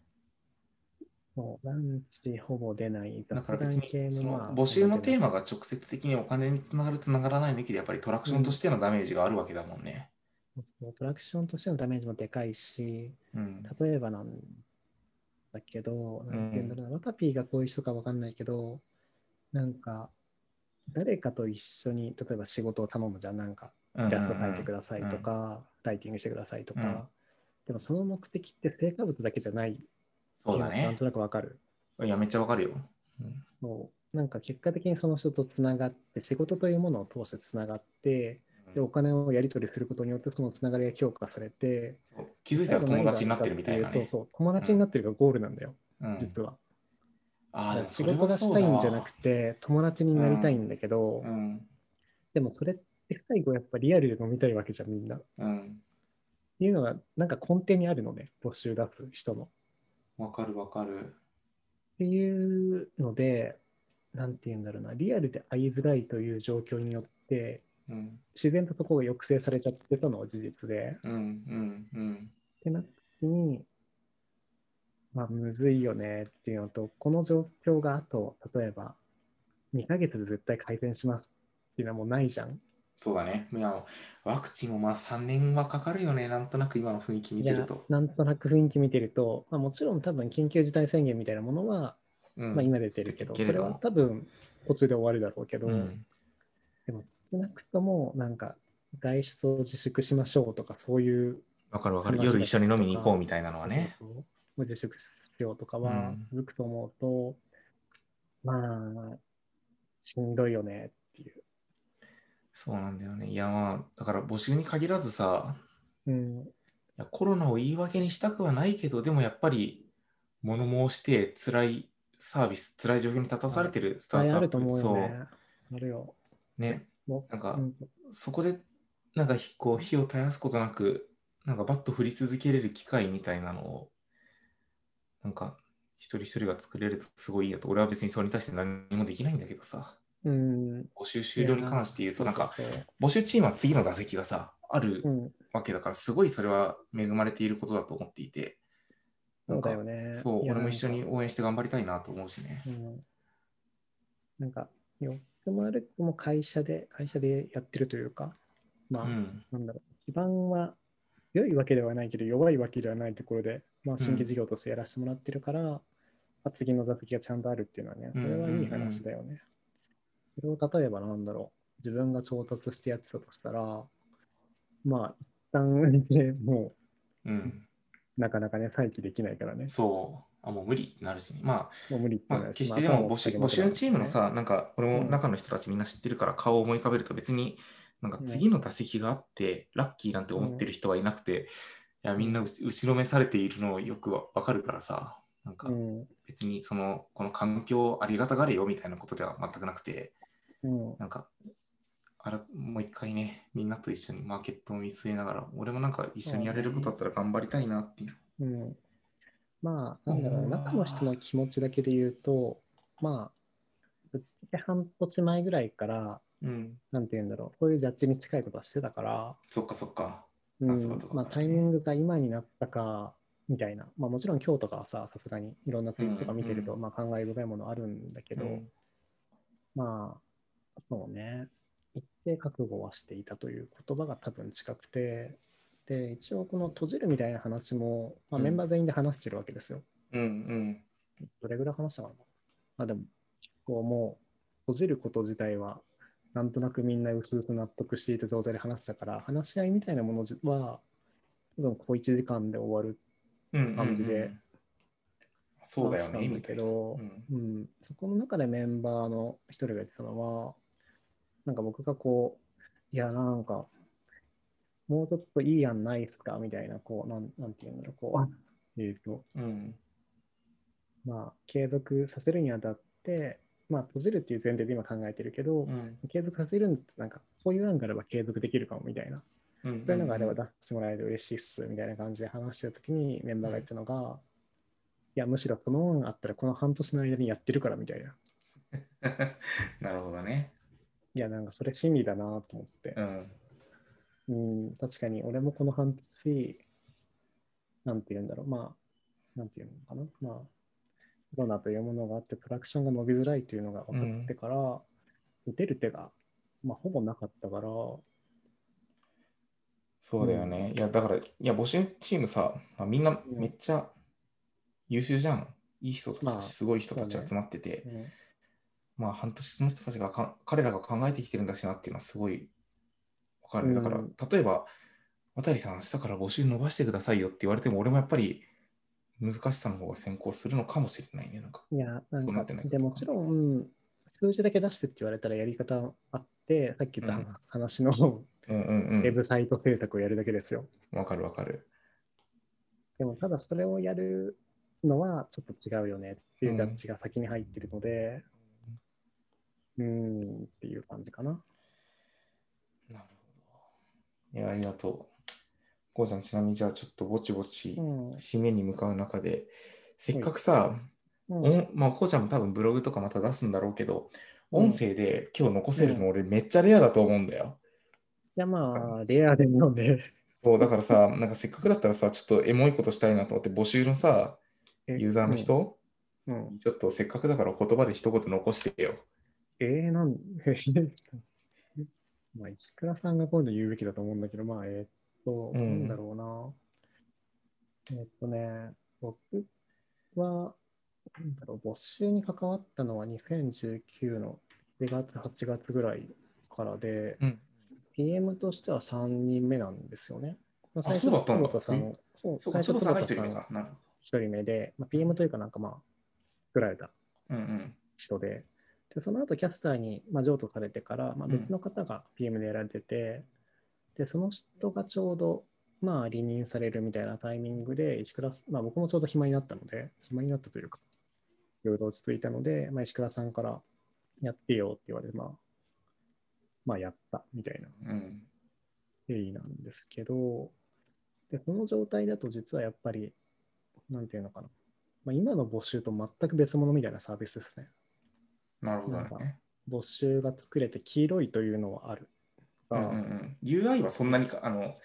Speaker 2: もうランチほぼ出ない。
Speaker 1: だから別
Speaker 2: 雑談
Speaker 1: に、
Speaker 2: 系
Speaker 1: その
Speaker 2: まあ
Speaker 1: 募集のテーマが直接的にお金につながる、つながらないの域で、やっぱりトラクションとしてのダメージがあるわけだもんね。
Speaker 2: もうプロダクションとしてのダメージもでかいし、
Speaker 1: うん。
Speaker 2: 例えばなんだけど、なんていうんだろうな、ワタピーがこういう人かわかんないけど、なんか、誰かと一緒に、例えば仕事を頼むじゃん、なんか、
Speaker 1: うん
Speaker 2: イラスト描いてくださいとか、ライティングしてくださいとか、
Speaker 1: うん
Speaker 2: でもその目的って成果物だけじゃない、
Speaker 1: そうだ
Speaker 2: なん
Speaker 1: ね
Speaker 2: と。なくわかる。
Speaker 1: いや、めっちゃわかるよ。うん
Speaker 2: そうなんか結果的にその人とつながって、仕事というものを通してつながって、でお金をやり取りすることによってそのつながりが強化されて、
Speaker 1: そう気づいたら友達になってるみたいな
Speaker 2: 最後何があったってう
Speaker 1: ね
Speaker 2: と。そう友達になってるがゴールなんだよ、
Speaker 1: うん
Speaker 2: 実は。
Speaker 1: あーでもそ
Speaker 2: 仕
Speaker 1: れは
Speaker 2: 事がしたいんじゃなく
Speaker 1: て。
Speaker 2: て、友達になりたいんだけど、
Speaker 1: うん。
Speaker 2: でもそれって最後やっぱリアルで飲みたいわけじゃん、みんな。っ
Speaker 1: うん。
Speaker 2: ていうのが、なんか根底にあるのね、募集出す人の。っ
Speaker 1: わかるわかる。
Speaker 2: ていうので、なんて言うんだろうな、リアルで会いづらいという状況によって、
Speaker 1: うん。
Speaker 2: 自然とそこが抑制されちゃってたのは事実で、
Speaker 1: うんうんうん。
Speaker 2: ってなった時に、まあ、むずいよねっていうのと、この状況があと、例えば、2ヶ月で絶対改善しますっていうのはもうないじゃん。
Speaker 1: そうだね。いやワクチンもまあ3年はかかるよね。なんとなく今の雰囲気見てる
Speaker 2: いや
Speaker 1: と。
Speaker 2: なんとなく雰囲気見てると、まあ、もちろん多分緊急事態宣言みたいなものは、
Speaker 1: うん
Speaker 2: まあ、今出てるけど、
Speaker 1: け
Speaker 2: そ
Speaker 1: れ
Speaker 2: れ
Speaker 1: ども
Speaker 2: は多分途中で終わるだろうけど、
Speaker 1: うん
Speaker 2: 少なくともなんか外出を自粛しましょうとかそういう、
Speaker 1: わかるわかる。
Speaker 2: 話だ
Speaker 1: 夜
Speaker 2: ったりと
Speaker 1: 一緒に
Speaker 2: か
Speaker 1: 飲みに行こうみたいなのはね。
Speaker 2: そうそうもう自粛しようとか
Speaker 1: う
Speaker 2: は
Speaker 1: ん
Speaker 2: 続くと思うと、まあしんどいよねっていう。
Speaker 1: そうなんだよね。いやまあ、だから募集に限らずさ、
Speaker 2: うん、
Speaker 1: いやコロナを言い訳にしたくはないけど、でもやっぱり物申して辛いサービス、辛い状況に立たされてるスタ
Speaker 2: あ
Speaker 1: ー
Speaker 2: れ
Speaker 1: ト
Speaker 2: あ
Speaker 1: ア
Speaker 2: る
Speaker 1: ッ
Speaker 2: と
Speaker 1: プ、
Speaker 2: 思うよね
Speaker 1: そ。
Speaker 2: あるよ。
Speaker 1: うね。
Speaker 2: も
Speaker 1: なん
Speaker 2: う
Speaker 1: か、
Speaker 2: うん
Speaker 1: そこでなんかひこう火を絶やすことなくなんかバッと振り続けれる機会みたいなのをなんか一人一人が作れるとすごいいいなと俺は別にそれに対して何もできないんだけどさ
Speaker 2: うん、
Speaker 1: 募集終了に関して言うとなんか
Speaker 2: そうそう
Speaker 1: 募集チームは次の打席がさある
Speaker 2: そううん、
Speaker 1: わけだからすごいそれは恵まれていることだと思っていてな
Speaker 2: そ
Speaker 1: ん
Speaker 2: う
Speaker 1: か
Speaker 2: だよね。
Speaker 1: そう
Speaker 2: いや
Speaker 1: 俺も一緒
Speaker 2: なんか
Speaker 1: に応援して頑張りたいなと思うしね
Speaker 2: うんなんか、よくも悪くも会社で、会社でやってるというか、まあ、
Speaker 1: うん
Speaker 2: なんだろう、基盤は良いわけではないけど、弱いわけではないところで、まあ、新規事業としてやらせてもらってるから、まあ次の座席がちゃんとあるっていうのはね、それはいい話だよね。それを例えばなんだろう、自分が調達してやってたとしたら、まあ、一旦でもう
Speaker 1: うん
Speaker 2: なかなかね、再起できないからね。
Speaker 1: そう。あ、もう無理ってなるし、まあ、
Speaker 2: もう無理って
Speaker 1: ま
Speaker 2: な
Speaker 1: あ
Speaker 2: る、し
Speaker 1: 決してでも募集募集のチームの、
Speaker 2: ま
Speaker 1: さ、なんか俺
Speaker 2: う
Speaker 1: も
Speaker 2: ん
Speaker 1: 中の人たちみんな知ってるから顔を思い浮かべると別になんか次の打席があってラッキーなんて思ってる人はいなくて、いやみんなうち後ろめされているのよくわわかるからさ、なん
Speaker 2: あ
Speaker 1: か
Speaker 2: 頭を下
Speaker 1: 別にそのこの環境をありがたがれよみたいなことでは全くなくて、
Speaker 2: げうん、うん
Speaker 1: なんかあらもう一回ね、みんなと一緒にマーケットを見据えながら、俺もなんか一緒にやれることだったら頑張りたいなっていう。
Speaker 2: うん、まあ、なんだろ
Speaker 1: う
Speaker 2: う、
Speaker 1: ん
Speaker 2: 中の人の気持ちだけで言うと、まあ、ぶっちゃけ半年前ぐらいから、
Speaker 1: うん、
Speaker 2: なんて言うんだろう、そういうジャッジに近いことはしてたから、
Speaker 1: そっかそっか。
Speaker 2: う
Speaker 1: あそういうんことか
Speaker 2: まあ、タイミングが今になったか、みたいな、まあ、もちろん今日とかはさ、さすがにいろんな数字とか見てると、
Speaker 1: うん
Speaker 2: まあ、感慨深いものあるんだけど、
Speaker 1: うん
Speaker 2: まあ、そうね、一定覚悟はしていたという言葉が多分近くて、で、一応この閉じるみたいな話も、まあ、
Speaker 1: うん
Speaker 2: メンバー全員で話してるわけですよ。
Speaker 1: うんうん。
Speaker 2: どれぐらい話したかなまあでも、結構もう、閉じること自体は、なんとなくみんな薄々納得していた状態で話したから、話し合いみたいなものじは、多分ここ1時間で終わる
Speaker 1: 感
Speaker 2: 感じで
Speaker 1: そうだよ
Speaker 2: 話した
Speaker 1: ね、
Speaker 2: ん
Speaker 1: み
Speaker 2: だ
Speaker 1: た
Speaker 2: け
Speaker 1: いな。
Speaker 2: ど
Speaker 1: う、ん
Speaker 2: うん、そこの中でメンバーの一人が言ってたのは、なんか僕がこう、いや、なんか、もうちょっといい案ないっすかみたいな、こう、なんなんていうんだろう、こう、えっと、
Speaker 1: うん
Speaker 2: まあ、継続させるにあたって、まあ、閉じるっていう前提で今考えてるけど、
Speaker 1: うん
Speaker 2: 継続させるんだったらなんか、こういう案があれば継続できるかもみたいな、
Speaker 1: うん
Speaker 2: そういうのがあれば出してもらえると嬉しいっすみたいな感じで話してた時にメンバーが言ったのが、いや、むしろその案あったらこの半年の間にやってるからみたいな。
Speaker 1: なるほどね。
Speaker 2: いや、なんかそれ真理だなと思って
Speaker 1: う。ん。
Speaker 2: うん、確かに俺もこの半年、なんて言うんだろう、まあ、なんて言うのかな、まあ、コロナというものがあって、プロダクションが伸びづらいというのが分かってから、打てる手が、まあ、ほぼなかったから、
Speaker 1: そうだよね。いや、だから、いや、募集チームさ、まあみんな
Speaker 2: うん
Speaker 1: めっちゃ優秀じゃん。いい人たち
Speaker 2: ま
Speaker 1: だ
Speaker 2: あ
Speaker 1: し、すごい人たち
Speaker 2: そうね
Speaker 1: 集まってて、
Speaker 2: ね
Speaker 1: まあ、半年その人たちがか、彼らが考えてきてるんだしなっていうのはすごいわかるね。だから
Speaker 2: うん、
Speaker 1: 例えば、渡さん、明日から募集伸ばしてくださいよって言われても、俺もやっぱり難しさの方が先行するのかもしれないね。なんか、
Speaker 2: いや、な
Speaker 1: そうなっ
Speaker 2: ん
Speaker 1: て
Speaker 2: か、
Speaker 1: ないこと
Speaker 2: でもちろん、うん数字だけ出してって言われたらやり方あって、さっき言った
Speaker 1: うん
Speaker 2: 話の
Speaker 1: うんう
Speaker 2: ウ
Speaker 1: ん
Speaker 2: ェブサイト制作をやるだけですよ。
Speaker 1: うん。わかるわかる。
Speaker 2: でもただそれをやるのはちょっと違うよねっていうジャッジが先に入ってるので、うーん、っていう感じかな。
Speaker 1: なるほど。いや、ありがとう。こうちゃん、ちなみにじゃあちょっとぼちぼち
Speaker 2: うん。
Speaker 1: 締めに向かう中で、せっかくさ、
Speaker 2: う
Speaker 1: お
Speaker 2: ん、
Speaker 1: んまあ、こうちゃんも多分ブログとかまた出すんだろうけど、
Speaker 2: うん
Speaker 1: 音声で今日残せるの俺めっちゃレアだと思うんだよ。
Speaker 2: じゃあまあ、レアでもね、
Speaker 1: そう、だから さ、なんかせっかくだったらさ、ちょっとエモいことしたいなと思って、募集のさ、ユーザーの人、
Speaker 2: うん、うん
Speaker 1: ちょっとせっかくだから言葉で一言残してよ。
Speaker 2: えー、なん、 まあ、石倉さんが今度言うべきだと思うんだけど、まあ、えーっと、
Speaker 1: うん
Speaker 2: なんだろうな。えーっとね、僕は、なんだろう、募集に関わったのは2019の4月、8月ぐらいからで、
Speaker 1: うん。
Speaker 2: PM としては3人目なんですよね。ま
Speaker 1: あそうだったんだ
Speaker 2: 坪田さ
Speaker 1: う
Speaker 2: のそう
Speaker 1: そうか、ちょっと
Speaker 2: 坪
Speaker 1: 下が一
Speaker 2: 田
Speaker 1: 人目
Speaker 2: ん
Speaker 1: か。なるほ
Speaker 2: 一人目で、まあ、PM というかなんかまあ、作られた
Speaker 1: ど。うん
Speaker 2: 人で、でその後キャスターに、まあ、譲渡されてから、まあ、別の方が PM でやられてて、で、その人がちょうど、まあ、離任されるみたいなタイミングで、石倉さん、まあ、僕もちょうど暇になったので、暇になったというか、いろいろ落ち着いたので、まあ、石倉さんからやってよって言われて、まあ、まあ、やったみたいな
Speaker 1: うん。うん。
Speaker 2: 経緯なんですけど、で、この状態だと実はやっぱり、なんていうのかな。まあ、今の募集と全く別物みたいなサービスですね。
Speaker 1: なるほど
Speaker 2: なんか
Speaker 1: ね。
Speaker 2: 募集が作れて黄色いというのはある。
Speaker 1: うんうんうん、UI はそんなにかあの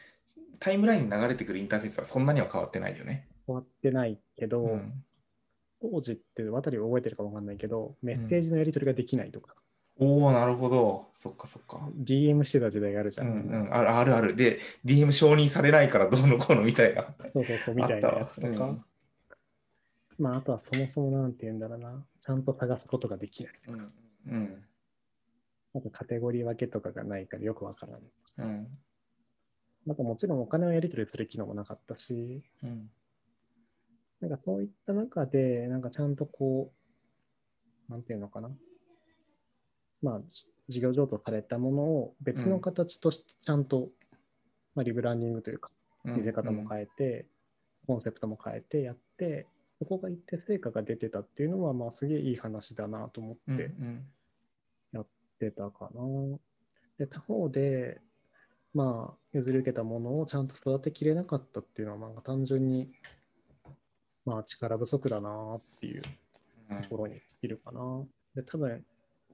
Speaker 1: タイムラインに流れてくるインターフェースはそんなには変わってないよね。
Speaker 2: 終わってないけど、
Speaker 1: うん
Speaker 2: 当時って渡りを覚えてるかわかんないけど、メッセージのやり取りができないとか、
Speaker 1: おおなるほど。そっかそっか。
Speaker 2: DM してた時代があるじ
Speaker 1: う
Speaker 2: ゃ
Speaker 1: ん
Speaker 2: ん。
Speaker 1: うん、あるあるある。で、DM 承認されないからどうのこうのみたいな。
Speaker 2: そうそうそう、みたいなやつと
Speaker 1: あった
Speaker 2: か。
Speaker 1: わうん
Speaker 2: まあ、あとはそもそもなんて言うんだろうな。ちゃんと探すことができない。
Speaker 1: うんうん
Speaker 2: あとカテゴリー分けとかがないからよくわからない。
Speaker 1: うん
Speaker 2: なんかもちろんお金をやり取りする機能もなかったし、
Speaker 1: うん
Speaker 2: なんかそういった中で、なんかちゃんとこう、なんていうのかな。まあ、事業譲渡されたものを別の形としてちゃんと、まあ、リブランディングというか、見せ方も変えて、コンセプトも変えてやって、そこが一定成果が出てたっていうのは、まあ、すげえいい話だなと思ってやってたかな。で、他方で、まあ、譲り受けたものをちゃんと育てきれなかったっていうのは、まあ、単純に、まあ、力不足だなっていうところにいるかな。で、多分、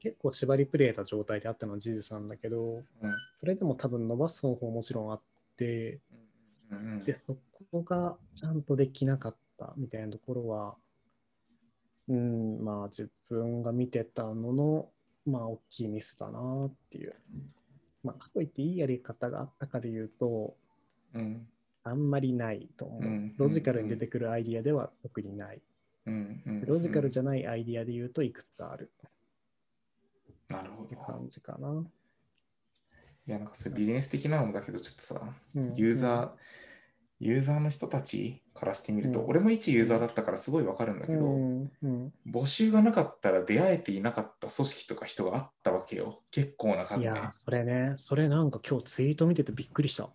Speaker 2: 結構縛りプレイた状態であったのは事実なんだけど、それでも多分伸ばす方法もちろんあって、で、そこがちゃんとできなかったみたいなところは、うん、まあ自分が見てたのの、まあ大きいミスだなっていう。まあ、かといっていいやり方があったかで言うと、
Speaker 1: うん、
Speaker 2: あんまりないと思う、うん。ロジカルに出てくるアイディアでは特にない。
Speaker 1: うん、
Speaker 2: ロジカルじゃないアイディアで言うといくつかある。
Speaker 1: なるほど。
Speaker 2: 感じかな。
Speaker 1: いや、なんかそれビジネス的なのだけど、ちょっとさ、ユーザー、ユーザーの人たちからしてみると、俺も一ユーザーだったからすごいわかるんだけど、募集がなかったら出会えていなかった組織とか人があったわけよ。結構な数、
Speaker 2: ね。いや、それね、それなんか今日ツイート見ててびっくりした。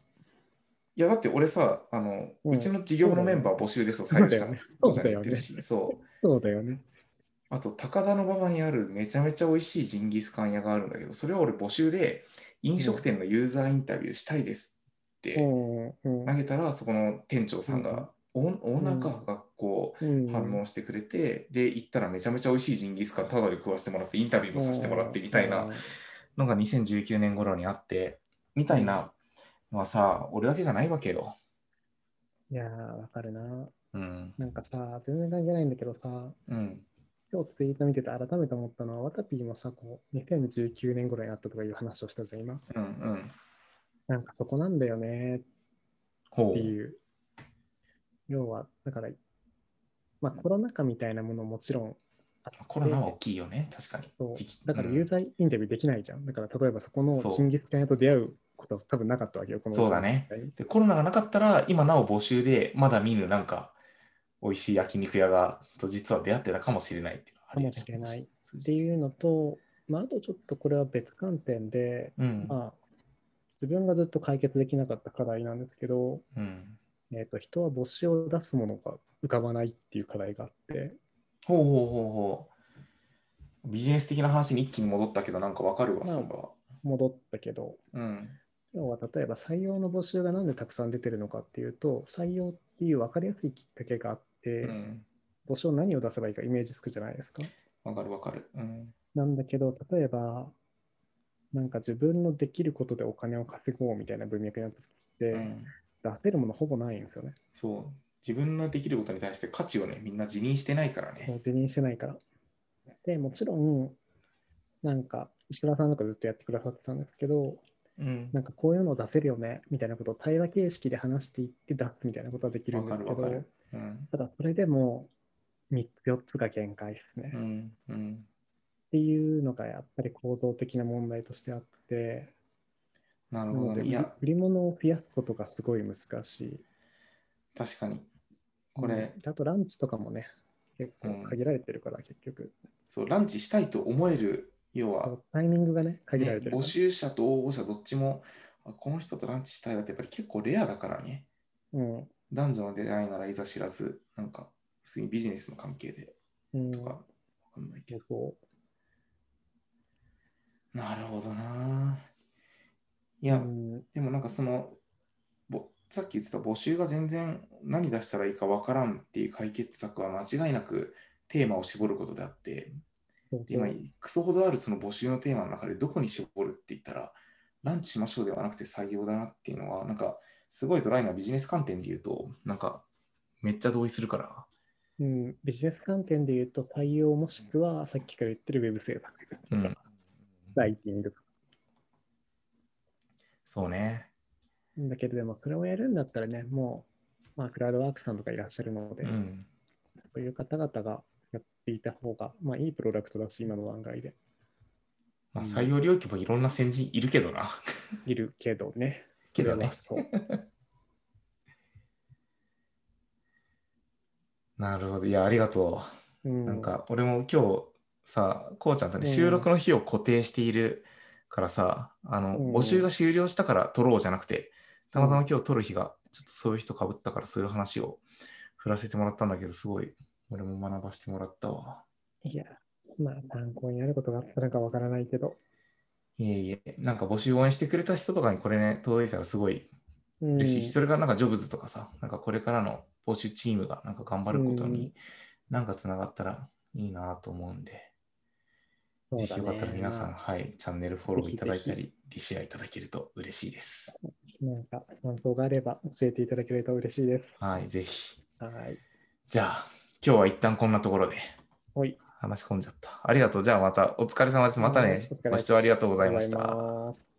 Speaker 1: いや、だって俺さ、あの、うちの事業のメンバー募集ですを採用した
Speaker 2: そうだよね。そうだよね。
Speaker 1: あと、高田の馬場にあるめちゃめちゃ美味しいジンギスカン屋があるんだけど、それは俺募集で、飲食店のユーザーインタビューしたいですって投げたら、そこの店長さんが、オーナーかがこう反応してくれて、で、行ったらめちゃめちゃ美味しいジンギスカンただで食わせてもらって、インタビューもさせてもらってみたいなのが2019年頃にあって、みたいなのはさ、俺だけじゃないわけよ。
Speaker 2: いやー、わかるな。
Speaker 1: うん、
Speaker 2: なんかさ、全然関係ないんだけどさ、
Speaker 1: うん、
Speaker 2: 今日ツイート見てて改めて思ったのは、ワタピーもさ、こう、2019年頃にあったとかいう話をしたじゃん、今。
Speaker 1: うんうん。
Speaker 2: なんかそこなんだよね、っていう。要は、だから、まあコロナ禍みたいなものもちろん
Speaker 1: コロナは大きいよね、確かに。
Speaker 2: そうだからユーザーインタビューできないじゃん。うん、だから例えばそこの新月会と出会うことは多分なかったわけよ、この
Speaker 1: そうだねで。コロナがなかったら、今なお募集で、まだ見ぬなんか、美味しい焼肉屋がと実は出会ってたかもしれないっていう
Speaker 2: かもしれないっていうのと、まあ、あとちょっとこれは別観点で、
Speaker 1: うん、
Speaker 2: まあ、自分がずっと解決できなかった課題なんですけど、
Speaker 1: うん、
Speaker 2: えーと、と人は募集を出すものが浮かばないっていう課題があって。
Speaker 1: ほうほうほうほう。ビジネス的な話に一気に戻ったけど、なんかわかるわ、まあ、それは。
Speaker 2: 戻ったけど、
Speaker 1: うん、
Speaker 2: 要は例えば採用の募集がなんでたくさん出てるのかっていうと、採用っていう分かりやすいきっかけがあって、
Speaker 1: うん、
Speaker 2: 募集を何を出せばいいかイメージつくじゃないですか。
Speaker 1: わかるわかる、うん。
Speaker 2: なんだけど、例えば、なんか自分のできることでお金を稼ごうみたいな文脈になって、うん、出せるものほぼないんですよね。
Speaker 1: そう。自分のできることに対して価値をね、みんな辞任してないからね。
Speaker 2: 辞任してないから。でもちろん、なんか、石倉さんとかずっとやってくださってたんですけど、
Speaker 1: うん、
Speaker 2: なんかこういうのを出せるよねみたいなことを対話形式で話していって出すみたいなことはできるんですけど、
Speaker 1: うん、
Speaker 2: ただそれでも3つ4つが限界ですね、
Speaker 1: うんうん、
Speaker 2: っていうのがやっぱり構造的な問題としてあって、
Speaker 1: なるほど、ね、いや
Speaker 2: 売り物を増やすことがすごい難しい。
Speaker 1: 確かに。これ、
Speaker 2: あとランチとかもね、結構限られてるから、結局。
Speaker 1: そう、ランチしたいと思える要は、
Speaker 2: タイミングがね、限られて
Speaker 1: る、ね、募集者と応募者どっちも、この人とランチしたいだってやっぱり結構レアだからね。
Speaker 2: うん、
Speaker 1: 男女の出会いならいざ知らず、なんか、普通にビジネスの関係でとか、わかんないけど。
Speaker 2: そう
Speaker 1: なるほどな。いや、うん、でもなんかその、さっき言ってた募集が全然何出したらいいかわからんっていう解決策は間違いなくテーマを絞ることであって、今、クソほどあるその募集のテーマの中でどこに絞るって言ったら、ランチしましょうではなくて採用だなっていうのは、なんか、すごいドライなビジネス観点で言うと、なんか、めっちゃ同意するから。
Speaker 2: うん、ビジネス観点で言うと、採用もしくは、さっきから言ってるウェブ制作
Speaker 1: うん、
Speaker 2: ライティング。
Speaker 1: そうね。
Speaker 2: だけど、でもそれをやるんだったらね、もう、まあ、クラウドワークさんとかいらっしゃるので、
Speaker 1: うん、
Speaker 2: そういう方々がやっていた方が、まあ、いいプロダクトだし、今の段階で。
Speaker 1: まあ、採用領域もいろんな先人いるけどな。
Speaker 2: いるけどね。
Speaker 1: けどね。
Speaker 2: そう。
Speaker 1: なるほど。いや、ありがと
Speaker 2: う
Speaker 1: う。
Speaker 2: ん、
Speaker 1: なんか、俺も今日さ、こうちゃんとね、
Speaker 2: うん
Speaker 1: 収録の日を固定しているからさ、あの、
Speaker 2: うん
Speaker 1: 募集が終了したから撮ろうじゃなくて、たまたま今日撮る日が、ちょっとそういう人かぶったから、そういう話を振らせてもらったんだけど、すごい、俺も学ばせてもらったわ。
Speaker 2: いや、まあ、参考になることがあったのかわからないけど。
Speaker 1: いえいえ、なんか募集応援してくれた人とかにこれね、届いたらすごい
Speaker 2: うん、
Speaker 1: 嬉しいし、それがなんかジョブズとかさ、なんかこれからの募集チームがなんか頑張ること
Speaker 2: う
Speaker 1: になんかつながったらいいなと思うんで、
Speaker 2: そう
Speaker 1: ぜ
Speaker 2: だ
Speaker 1: ひ
Speaker 2: ね
Speaker 1: よかったら皆さん、
Speaker 2: まあ
Speaker 1: はい、チャンネルフォローいただいた
Speaker 2: ぜ
Speaker 1: り、リシェアいただけると嬉しいです。
Speaker 2: なんか感想があれば教えていただけると嬉しいです。
Speaker 1: はい、ぜひ。
Speaker 2: はい。
Speaker 1: じゃあ、今日は一旦こんなところで
Speaker 2: ほい。
Speaker 1: 話し込んじゃった。ありがとう。じゃあまたお疲れ様です。また
Speaker 2: はいお
Speaker 1: ね
Speaker 2: 疲れ様。です
Speaker 1: ご視聴ありがとうございました。
Speaker 2: ありがとうございます